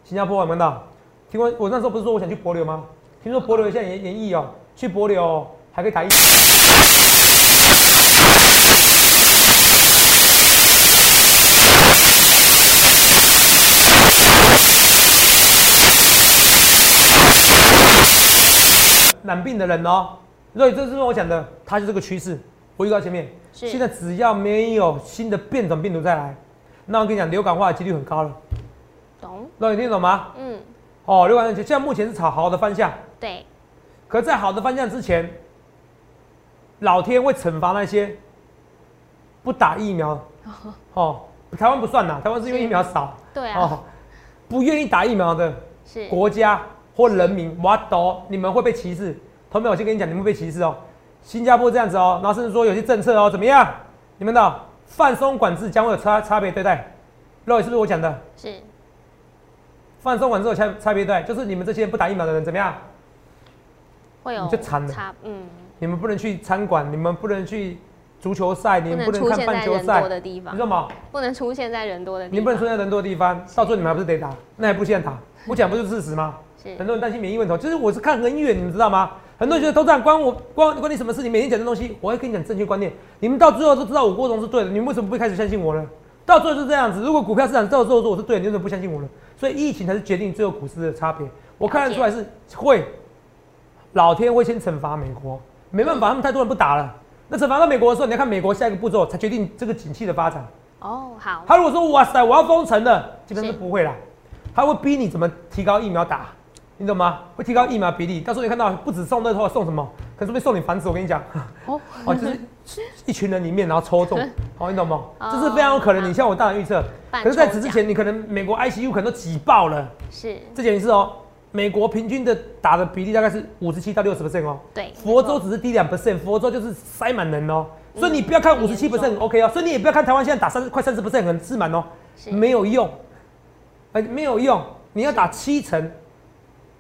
[SPEAKER 3] 新加坡有没有看到？听过我那时候不是说我想去博流吗？听说博流现在演演绎哦，去博流、哦、还可以打一。染病的人哦，所以这是我讲的，它就是这个趋势。我预告前面，
[SPEAKER 1] 是
[SPEAKER 3] 现在只要没有新的变种病毒再来，那我跟你讲，流感化的几率很高了。
[SPEAKER 1] 懂
[SPEAKER 3] 那你听得懂吗？
[SPEAKER 1] 嗯
[SPEAKER 3] 哦，流感症现在目前是朝好的方向，
[SPEAKER 1] 对
[SPEAKER 3] 可在好的方向之前，老天会惩罚那些不打疫苗。哦，台湾不算啦，台湾是因为
[SPEAKER 1] 是
[SPEAKER 3] 疫苗少
[SPEAKER 1] 对啊
[SPEAKER 3] 哦，不愿意打疫苗的
[SPEAKER 1] 是
[SPEAKER 3] 国家或人民，哇都你们会被歧视。同学们，我先跟你讲，你们会被歧视哦。新加坡这样子哦，然后甚至说有些政策哦，怎么样？你们的放松管制将会有差差别对待。肉是不是我讲的？
[SPEAKER 1] 是
[SPEAKER 3] 放松管制有差差别对待，就是你们这些不打疫苗的人怎么样？
[SPEAKER 1] 会有
[SPEAKER 3] 你就惨了
[SPEAKER 1] 差嗯
[SPEAKER 3] 你们不能去餐馆，你们不能去足球赛，你
[SPEAKER 1] 不能
[SPEAKER 3] 们不能
[SPEAKER 1] 出
[SPEAKER 3] 看
[SPEAKER 1] 现
[SPEAKER 3] 棒
[SPEAKER 1] 在
[SPEAKER 3] 球
[SPEAKER 1] 人
[SPEAKER 3] 赛
[SPEAKER 1] 多，的地方
[SPEAKER 3] 你知道吗？
[SPEAKER 1] 不能出现在人多的地方
[SPEAKER 3] 你不能出现在人多的地方，到时候你们还不是得打？那还不现 在打？我讲不就是事实吗？
[SPEAKER 1] 是
[SPEAKER 3] 很多人担心免疫问题，其实我是看很远，你们知道吗？很多人觉得都这样，关我关关你什么事？你每天讲这东西，我会跟你讲正确观念。你们到最后都知道我郭总是对的，你们为什么不会开始相信我呢？到最后是这样子，如果股票市场到最后说我是对的，你为什么不相信我呢？所以疫情才是决定最后股市的差别。我看得出来是会，老天会先惩罚美国，没办法，他们太多人不打了。那惩罚到美国的时候，你要看美国下一个步骤才决定这个景气的发展。
[SPEAKER 1] 哦好
[SPEAKER 3] 他如果说哇塞，我要封城了，基本上是
[SPEAKER 1] 是
[SPEAKER 3] 不会啦。他会逼你怎么提高疫苗打，你懂吗？会提高疫苗比例。到时候你看到不止送乐透，送什么？可能是会送你房子。我跟你讲，
[SPEAKER 1] 哦
[SPEAKER 3] 哦，就是一群人里面然后抽中， 好、你懂吗？
[SPEAKER 1] 哦
[SPEAKER 3] 这是非常有可能。你像我当然预测，
[SPEAKER 1] 半
[SPEAKER 3] 可是在
[SPEAKER 1] 抽
[SPEAKER 3] 此之
[SPEAKER 1] 奖
[SPEAKER 3] 前，你可能美国 ICU 可能都挤爆了。
[SPEAKER 1] 是
[SPEAKER 3] 这件事哦，美国平均的打的比例大概是五十七到六十 percent 哦。
[SPEAKER 1] 对没
[SPEAKER 3] 佛州
[SPEAKER 1] 错
[SPEAKER 3] 只是低两 percent，佛州就是塞满人哦，所以你不要
[SPEAKER 1] 嗯
[SPEAKER 3] 看五
[SPEAKER 1] 很
[SPEAKER 3] 十
[SPEAKER 1] 严
[SPEAKER 3] 七 percent
[SPEAKER 1] 重
[SPEAKER 3] OK 哦，所以你也不要看台湾现在打三快三十 percent 很自满哦，
[SPEAKER 1] 是
[SPEAKER 3] 没有用，哎、没有用，你要打七成，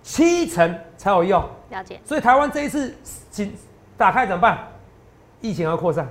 [SPEAKER 3] 七成才有用。
[SPEAKER 1] 了解，
[SPEAKER 3] 所以台湾这一次紧打开怎么办？疫情要扩散。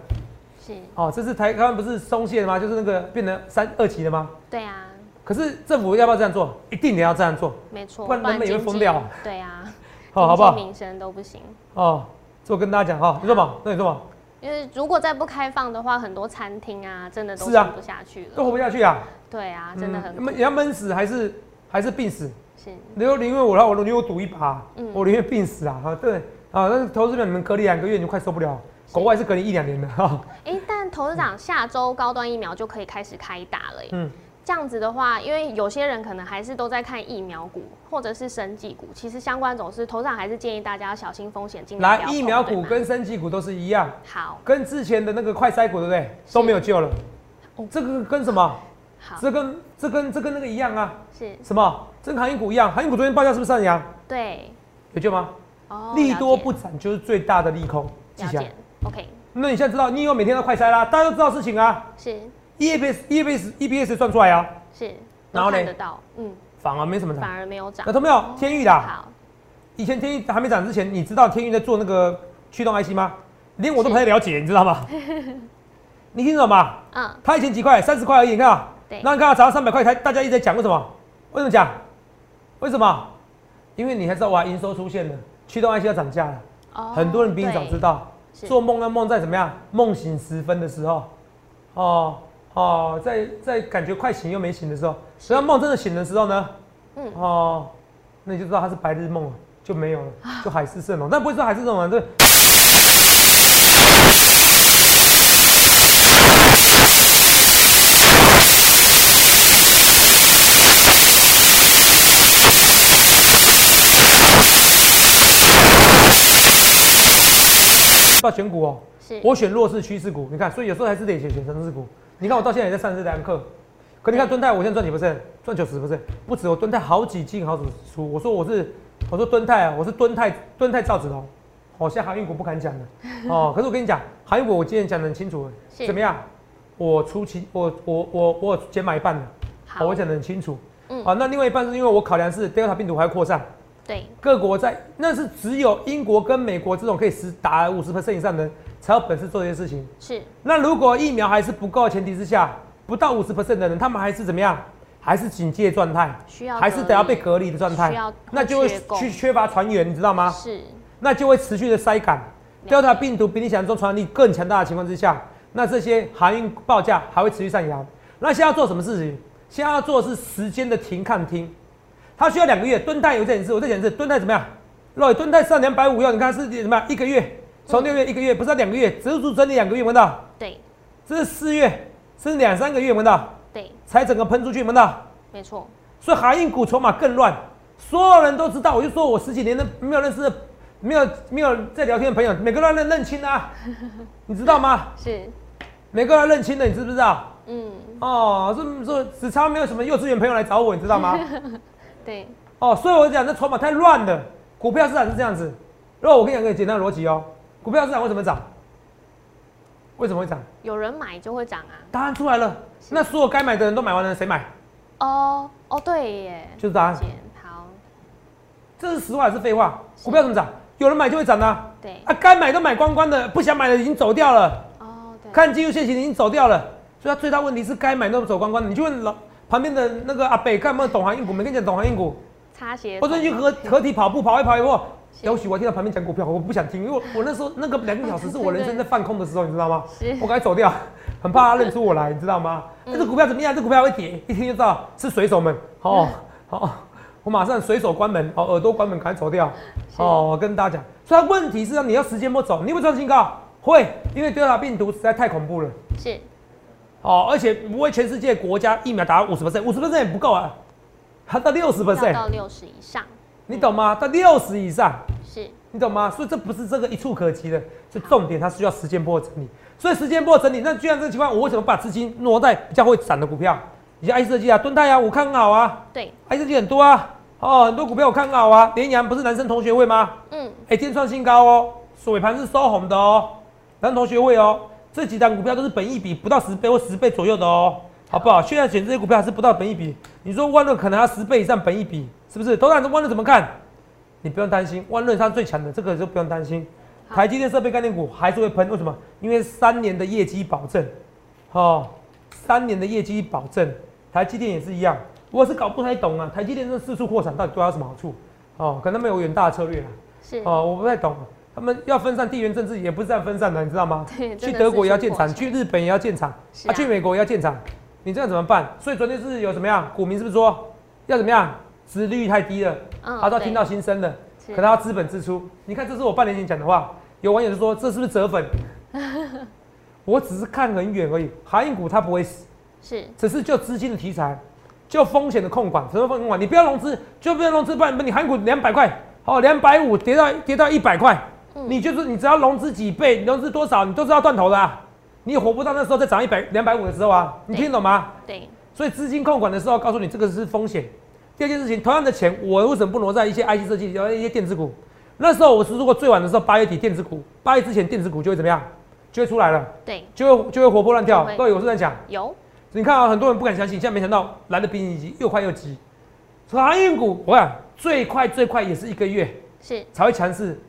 [SPEAKER 1] 是，
[SPEAKER 3] 哦，这次台湾不是松懈了吗？就是那个变成三二级了吗？
[SPEAKER 1] 对啊，
[SPEAKER 3] 可是政府要不要这样做？一定也要这样做，
[SPEAKER 1] 没错，
[SPEAKER 3] 不然人们也会
[SPEAKER 1] 经
[SPEAKER 3] 疯
[SPEAKER 1] 济
[SPEAKER 3] 掉。
[SPEAKER 1] 对啊，
[SPEAKER 3] 好好不
[SPEAKER 1] 经济
[SPEAKER 3] 好？
[SPEAKER 1] 民生都不行。
[SPEAKER 3] 哦，这我跟大家讲哈、哦，你说吧，那你说吧，
[SPEAKER 1] 因为如果再不开放的话，很多餐厅啊，真的都
[SPEAKER 3] 是啊
[SPEAKER 1] 撑不下去
[SPEAKER 3] 都
[SPEAKER 1] 了。
[SPEAKER 3] 活不下去啊！
[SPEAKER 1] 对啊，真的很
[SPEAKER 3] 闷也要闷死还是还是病死？
[SPEAKER 1] 是
[SPEAKER 3] 你说宁愿我让我宁愿我赌一把，
[SPEAKER 1] 嗯
[SPEAKER 3] 我宁愿病死啊！哈，对啊，那投资人你们隔离两个月你就快受不了，
[SPEAKER 1] 是
[SPEAKER 3] 国外是隔离一两年的哈、
[SPEAKER 1] 哎、但投资长下周高端疫苗就可以开始开打了、耶
[SPEAKER 3] 嗯，
[SPEAKER 1] 这样子的话，因为有些人可能还是都在看疫苗股或者是生技股，其实相关走势，投资长还是建议大家要小心风险，尽量不
[SPEAKER 3] 来
[SPEAKER 1] 要
[SPEAKER 3] 疫
[SPEAKER 1] 碰
[SPEAKER 3] 苗
[SPEAKER 1] 对
[SPEAKER 3] 股
[SPEAKER 1] 吗
[SPEAKER 3] 跟升级股都是一样，
[SPEAKER 1] 好
[SPEAKER 3] 跟之前的那个快筛股对不对
[SPEAKER 1] 是
[SPEAKER 3] 都没有救了
[SPEAKER 1] 哦。
[SPEAKER 3] 这个跟什么？
[SPEAKER 1] 好
[SPEAKER 3] 这跟这跟这跟那个一样啊？
[SPEAKER 1] 是
[SPEAKER 3] 什么？这跟航运股一样，航运股昨天报价是不是上扬？
[SPEAKER 1] 对
[SPEAKER 3] 有救吗？
[SPEAKER 1] 哦，
[SPEAKER 3] 利多
[SPEAKER 1] 了解
[SPEAKER 3] 不涨就是最大的利空，记
[SPEAKER 1] 了
[SPEAKER 3] 起来
[SPEAKER 1] 解。，OK
[SPEAKER 3] 那你现在知道，你以后每天都快筛啦，大家都知道事情啊。
[SPEAKER 1] 是
[SPEAKER 3] EPS EPS EPS 算出来啊，
[SPEAKER 1] 是，
[SPEAKER 3] 然后
[SPEAKER 1] 都
[SPEAKER 3] 嘞
[SPEAKER 1] 看得到，嗯，
[SPEAKER 3] 反而没什么涨
[SPEAKER 1] 反。而没有涨
[SPEAKER 3] 那，都没有天域啦，
[SPEAKER 1] 好
[SPEAKER 3] 以前天域还没涨之前，你知道天域在做那个驱动 IC 吗？连我都不太了解，你知道 吗？你听懂吗？
[SPEAKER 1] 嗯
[SPEAKER 3] 它以前几块，三十块而已，你看啊，
[SPEAKER 1] 对
[SPEAKER 3] 那你看啊，涨到三百块，它大家一直在讲，为什么？为什么讲？为什么？因为你还知道哇，营收出现了，驱动 IC 要涨价了，
[SPEAKER 1] 哦
[SPEAKER 3] 很多人比你早知道。
[SPEAKER 1] 是
[SPEAKER 3] 做梦要梦在怎么样？梦醒时分的时候，哦哦，在在感觉快醒又没醒的时候，
[SPEAKER 1] 是
[SPEAKER 3] 等到梦真的醒的时候呢，
[SPEAKER 1] 嗯
[SPEAKER 3] 哦，那你就知道它是白日梦了，就没有了，
[SPEAKER 1] 啊
[SPEAKER 3] 就海市蜃楼。但不会说海市蜃楼，这要选股哦。
[SPEAKER 1] 是
[SPEAKER 3] 我选弱势趋势股，你看，所以有时候还是得选选强势股。你看我到现在也在上市堂课，可你看敦泰，我现在赚几 percent？赚九十 percent，不止我哦敦泰好几进好几出。我说我是，我说敦泰啊，我是敦泰敦泰赵子龙。哦，现在航运股不敢讲了哦，可是我跟你讲，航运股我今天讲的很清楚了，
[SPEAKER 1] 是
[SPEAKER 3] 怎么样？我出期，我我我我有减买一半了，
[SPEAKER 1] 好
[SPEAKER 3] 哦我讲的很清楚。哦
[SPEAKER 1] 嗯
[SPEAKER 3] 好、那另外一半是因为我考量是 Delta 病毒还会扩散，
[SPEAKER 1] 对
[SPEAKER 3] 各国在那是只有英国跟美国这种可以实达五十 percent 以上的人才有本事做这些事情。
[SPEAKER 1] 是
[SPEAKER 3] 那如果疫苗还是不够的前提之下，不到五十 percent 的人，他们还是怎么样？还是警戒状态，
[SPEAKER 1] 需要
[SPEAKER 3] 还是得要被
[SPEAKER 1] 隔
[SPEAKER 3] 隔离的状态
[SPEAKER 1] 需要，
[SPEAKER 3] 那就会
[SPEAKER 1] 缺工
[SPEAKER 3] 去啊缺乏船员，你知道
[SPEAKER 1] 离
[SPEAKER 3] 吗？
[SPEAKER 1] 是
[SPEAKER 3] 那就会持续的筛感。
[SPEAKER 1] 了解
[SPEAKER 3] Delta 病毒比你想象中传染力更强大的情况之下，那这些航运报价还会持续上扬。那现在要做什么事情？现在要做的是时间的停看听，它需要两个月。蹲泰有这件事，我这件事，蹲泰怎么样？若蹲泰上两百五要，你看是怎么样？一个月，从六月一个月，不是两个月，指数整理两个月，有没有看到？
[SPEAKER 1] 对
[SPEAKER 3] 这是四月，甚至两三个月，有没有看到？
[SPEAKER 1] 对，
[SPEAKER 3] 才整个喷出去，有没有看到？
[SPEAKER 1] 没错，
[SPEAKER 3] 所以航运股筹码更乱，所有人都知道。我就说我十几年都没有认识的，没有没有在聊天的朋友，每个都要认认清 啊，你知道吗？
[SPEAKER 1] 是
[SPEAKER 3] 每个都要认清的，你知不知道？
[SPEAKER 1] 嗯
[SPEAKER 3] 哦，这这只差没有什么幼稚园朋友来找我，你知道吗？
[SPEAKER 1] 对
[SPEAKER 3] 哦，所以我讲这筹码太乱了，股票市场是这样子。然后我跟你讲个简单的逻辑哦，股票市场为什么涨？为什么会涨？
[SPEAKER 1] 有人买就会涨啊。
[SPEAKER 3] 答案出来了，那所有该买的人都买完了，谁买？
[SPEAKER 1] 哦哦，对耶，
[SPEAKER 3] 就是答案。
[SPEAKER 1] 见好，
[SPEAKER 3] 这是实话还是废话？股票怎么涨？有人买就会涨啊。
[SPEAKER 1] 对
[SPEAKER 3] 啊，该买都买光光的，不想买的已经走掉了，
[SPEAKER 1] 哦对，
[SPEAKER 3] 看技术线型已经走掉了，所以它最大问题是该买都走光光的。你去问老旁边的那个阿北，看有没有懂行运股？没跟你讲懂行运股，
[SPEAKER 1] 擦鞋
[SPEAKER 3] 我
[SPEAKER 1] 桶，
[SPEAKER 3] 最近去合合体跑步，跑一跑一跑，
[SPEAKER 1] 是
[SPEAKER 3] 也许我还听到旁边讲股票，我不想听，因为我 我那时候那个两个小时是我人生在放空的时候，你知道吗？
[SPEAKER 1] 是嗯
[SPEAKER 3] 我赶快走掉，很怕他认出我来，你知道吗？那这股票怎么样？这股票会跌，一听就知道是水手们。哦，
[SPEAKER 1] 嗯
[SPEAKER 3] 好、我马上水手关门，哦，耳朵关门，赶快走掉。哦，我跟大家讲，所以它问题是让你要时间不走，你会创新高，会，因为 Delta 病毒实在太恐怖了。
[SPEAKER 1] 是
[SPEAKER 3] 哦，而且不会全世界国家疫苗达到五十 percent，五十 percent 也不够啊，还到六十
[SPEAKER 1] 要
[SPEAKER 3] percent，
[SPEAKER 1] 到六十以上，
[SPEAKER 3] 你懂吗？到六十以上。
[SPEAKER 1] 是
[SPEAKER 3] 你懂吗？所以这不是这个一触可及的，所以重点它需要时间波的整理。所以时间波的整理，那既然这个情况，我为什么把资金挪在比较会涨的股票？你像 I 设计啊、敦泰啊，我看很好啊
[SPEAKER 1] 对，
[SPEAKER 3] ，I 设计很多啊，哦，很多股票我看很好啊。联阳不是男生同学会吗？
[SPEAKER 1] 嗯
[SPEAKER 3] 哎、今天创新高哦，尾盘是收红的哦，男同学会哦，这几档股票都是本益比不到十倍或十倍左右的哦，好不好？现在选这些股票还是不到本益比，你说万润可能要十倍以上本益比，是不是？投资人万润怎么看？你不用担心，万润它最强的，这个就不用担心。台积电设备概念股还是会喷，为什么？因为三年的业绩保证，哦，三年的业绩保证，台积电也是一样。我是搞不太懂啊，台积电这四处扩产到底对它有什么好处？哦，可能没有远大的策略啦。
[SPEAKER 1] 是
[SPEAKER 3] 哦，我不太懂。他们要分散地缘政治，也不是在分散的，你知道吗？
[SPEAKER 1] 对真
[SPEAKER 3] 去
[SPEAKER 1] 的
[SPEAKER 3] 德国也要
[SPEAKER 1] 四处
[SPEAKER 3] 建
[SPEAKER 1] 扩
[SPEAKER 3] 厂，
[SPEAKER 1] 产
[SPEAKER 3] 去日本也要建厂，
[SPEAKER 1] 是
[SPEAKER 3] 啊，
[SPEAKER 1] 啊
[SPEAKER 3] 去美国也要建厂，你这样怎么办？所以昨天是有怎么样？股民是不是说要怎么样？殖利率太低了，
[SPEAKER 1] 嗯
[SPEAKER 3] 他都要
[SPEAKER 1] 对
[SPEAKER 3] 听到心声了，
[SPEAKER 1] 是
[SPEAKER 3] 可他要资本支出。你看，这是我半年前讲的话，有网友就说这是不是折粉？ 我只是看很远而已，航运股它不会死，
[SPEAKER 1] 是
[SPEAKER 3] 只是就资金的题材，就风险的控管，什么风险控管？你不要融资，就不要融资，不然你韩股两百块，好两百五跌到跌到一百块，
[SPEAKER 1] 嗯
[SPEAKER 3] 你就是你只要融资几倍，你融资多少，你都是要断头的、啊，你也活不到那时候再涨一百两百五的时候啊，你
[SPEAKER 1] 对
[SPEAKER 3] 听懂吗？
[SPEAKER 1] 对
[SPEAKER 3] 所以资金控管的时候，告诉你这个是风险。第二件事情，同样的钱，我为什么不挪在一些 IC 设计，然一些电子股？那时候我是如果最晚的时候，八月底电子股，八月之前电子股就会怎么样？就会出来了，
[SPEAKER 1] 对，
[SPEAKER 3] 就会就会活蹦乱跳
[SPEAKER 1] 就。会
[SPEAKER 3] 各位，我是在讲。
[SPEAKER 1] 有
[SPEAKER 3] 你看啊，很多人不敢相信，现在没想到来的比你急又快又急。哎航运股，我想最快最快也是一个月
[SPEAKER 1] 是
[SPEAKER 3] 才会强势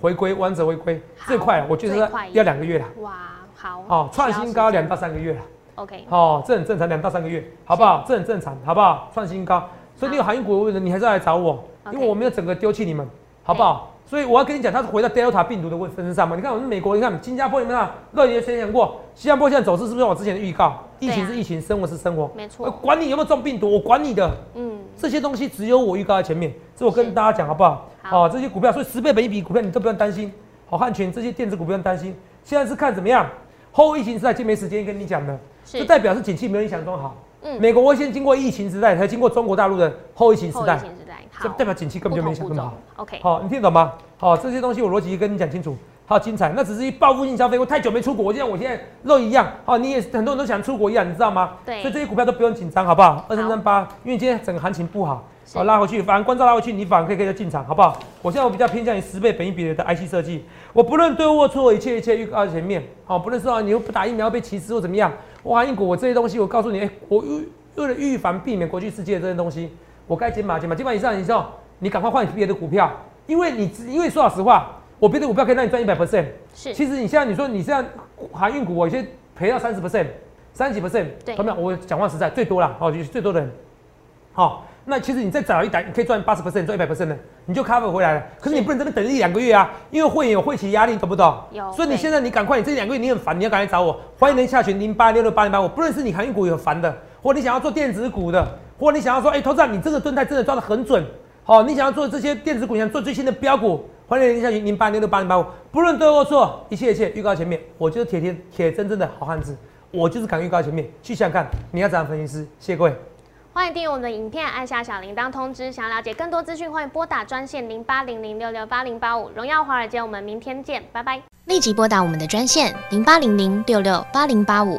[SPEAKER 3] 回归，完整回归
[SPEAKER 1] 好
[SPEAKER 3] 最快，我觉得
[SPEAKER 1] 最快
[SPEAKER 3] 要两个月啦。
[SPEAKER 1] 哇，好
[SPEAKER 3] 哦，创
[SPEAKER 1] 需要
[SPEAKER 3] 新
[SPEAKER 1] 时
[SPEAKER 3] 高
[SPEAKER 1] 间
[SPEAKER 3] 两到三个月啦。
[SPEAKER 1] OK
[SPEAKER 3] 哦，这很正常，两到三个月，好不好？这很正常，好不好？创新高，所以你有
[SPEAKER 1] 好
[SPEAKER 3] 航运股的问题，你还是要来找我，
[SPEAKER 1] OK
[SPEAKER 3] 因为我没有整个丢弃你们，好不好？所以我要跟你讲，它是回到 Delta 病毒的问身上嘛。你看我们美国，你看新加坡，有没有看？乐爷先讲过，新加坡现在走势是不是我之前的预告？疫情
[SPEAKER 1] 对
[SPEAKER 3] 是
[SPEAKER 1] 啊
[SPEAKER 3] 疫情，生活是生活，
[SPEAKER 1] 没错
[SPEAKER 3] 我管你有没有中病毒，我管你的。
[SPEAKER 1] 嗯
[SPEAKER 3] 这些东西只有我预告在前面，这我跟
[SPEAKER 1] 是
[SPEAKER 3] 大家讲好不好？
[SPEAKER 1] 好
[SPEAKER 3] 哦，这些股票，所以十倍本一比股票你都不用担心，好汉全这些电子股不用担心。现在是看怎么样，后疫情时代就没时间跟你讲了，
[SPEAKER 1] 是
[SPEAKER 3] 这代表是景气没有你想中好。
[SPEAKER 1] 嗯
[SPEAKER 3] 美国会先经过疫情时代，才经过中国大陆的后疫情时
[SPEAKER 1] 后疫
[SPEAKER 3] 代，
[SPEAKER 1] 情时代
[SPEAKER 3] 这
[SPEAKER 1] 好
[SPEAKER 3] 代表景气根本就没想那么好。
[SPEAKER 1] OK
[SPEAKER 3] 好、你听得懂吗？好、这些东西我逻辑跟你讲清楚。好，精彩。那只是一报复性消费，我太久没出国，我现在我现在肉一样。好、你也是很多人都想出国一样，你知道吗？
[SPEAKER 1] 对
[SPEAKER 3] 所以这些股票都不用紧张，好不好？二三三八，因为今天整个行情不好，
[SPEAKER 1] 是
[SPEAKER 3] 好、拉回去，反正关照拉回去，你反而可以可以再进场，好不好？我现在我比较偏向于十倍本一比的 IC 设计，我不论对或错，一切一切预告在前面。好、不论是啊，你又不打疫苗被歧视或怎么样，哇，英国我这些东西，我告诉你，哎、我预为了预防避免国际世界这些东西，我该减码减码，减码以上以上，你赶快换别的股票，因为你因为说老实话，我别的股票可以让你赚一百 percent，
[SPEAKER 1] 是
[SPEAKER 3] 其实你现在你说你现在航运股，我有些赔到三十 percent、三十几 percent，
[SPEAKER 1] 对
[SPEAKER 3] 朋友们，我讲话实在最多了，哦，就是最多的人，好、那其实你再找一档，你可以赚八十 percent，赚一百 percent 的，你就 cover 回来了。可是你
[SPEAKER 1] 是
[SPEAKER 3] 不能这边等一两个月啊，因为会员有会期压力，懂不懂？
[SPEAKER 1] 有
[SPEAKER 3] 所以你
[SPEAKER 1] 对
[SPEAKER 3] 现在你赶快，你这两个月你很烦，你要赶快找我，欢迎能下群零八六六八零八五，不论是你航运股有烦的，或你想要做电子股的，或你想要说，哎、投资长你这个盾态真的抓得很准，好、你想要做这些电子股，你想做最新的标股，欢迎能下群零八六六八零八五，不论对或错，一切一切预告前面，我就是铁铁铁铮铮的好汉子，我就是敢预告前面，去想想看你要怎样分析师，谢谢各位。
[SPEAKER 1] 欢迎订阅我们的影片，按下小铃铛通知。想了解更多资讯，欢迎拨打专线零八零零六六八零八五。荣耀华尔街，我们明天见，拜拜。
[SPEAKER 2] 立即拨打我们的专线零八零零六六八零八五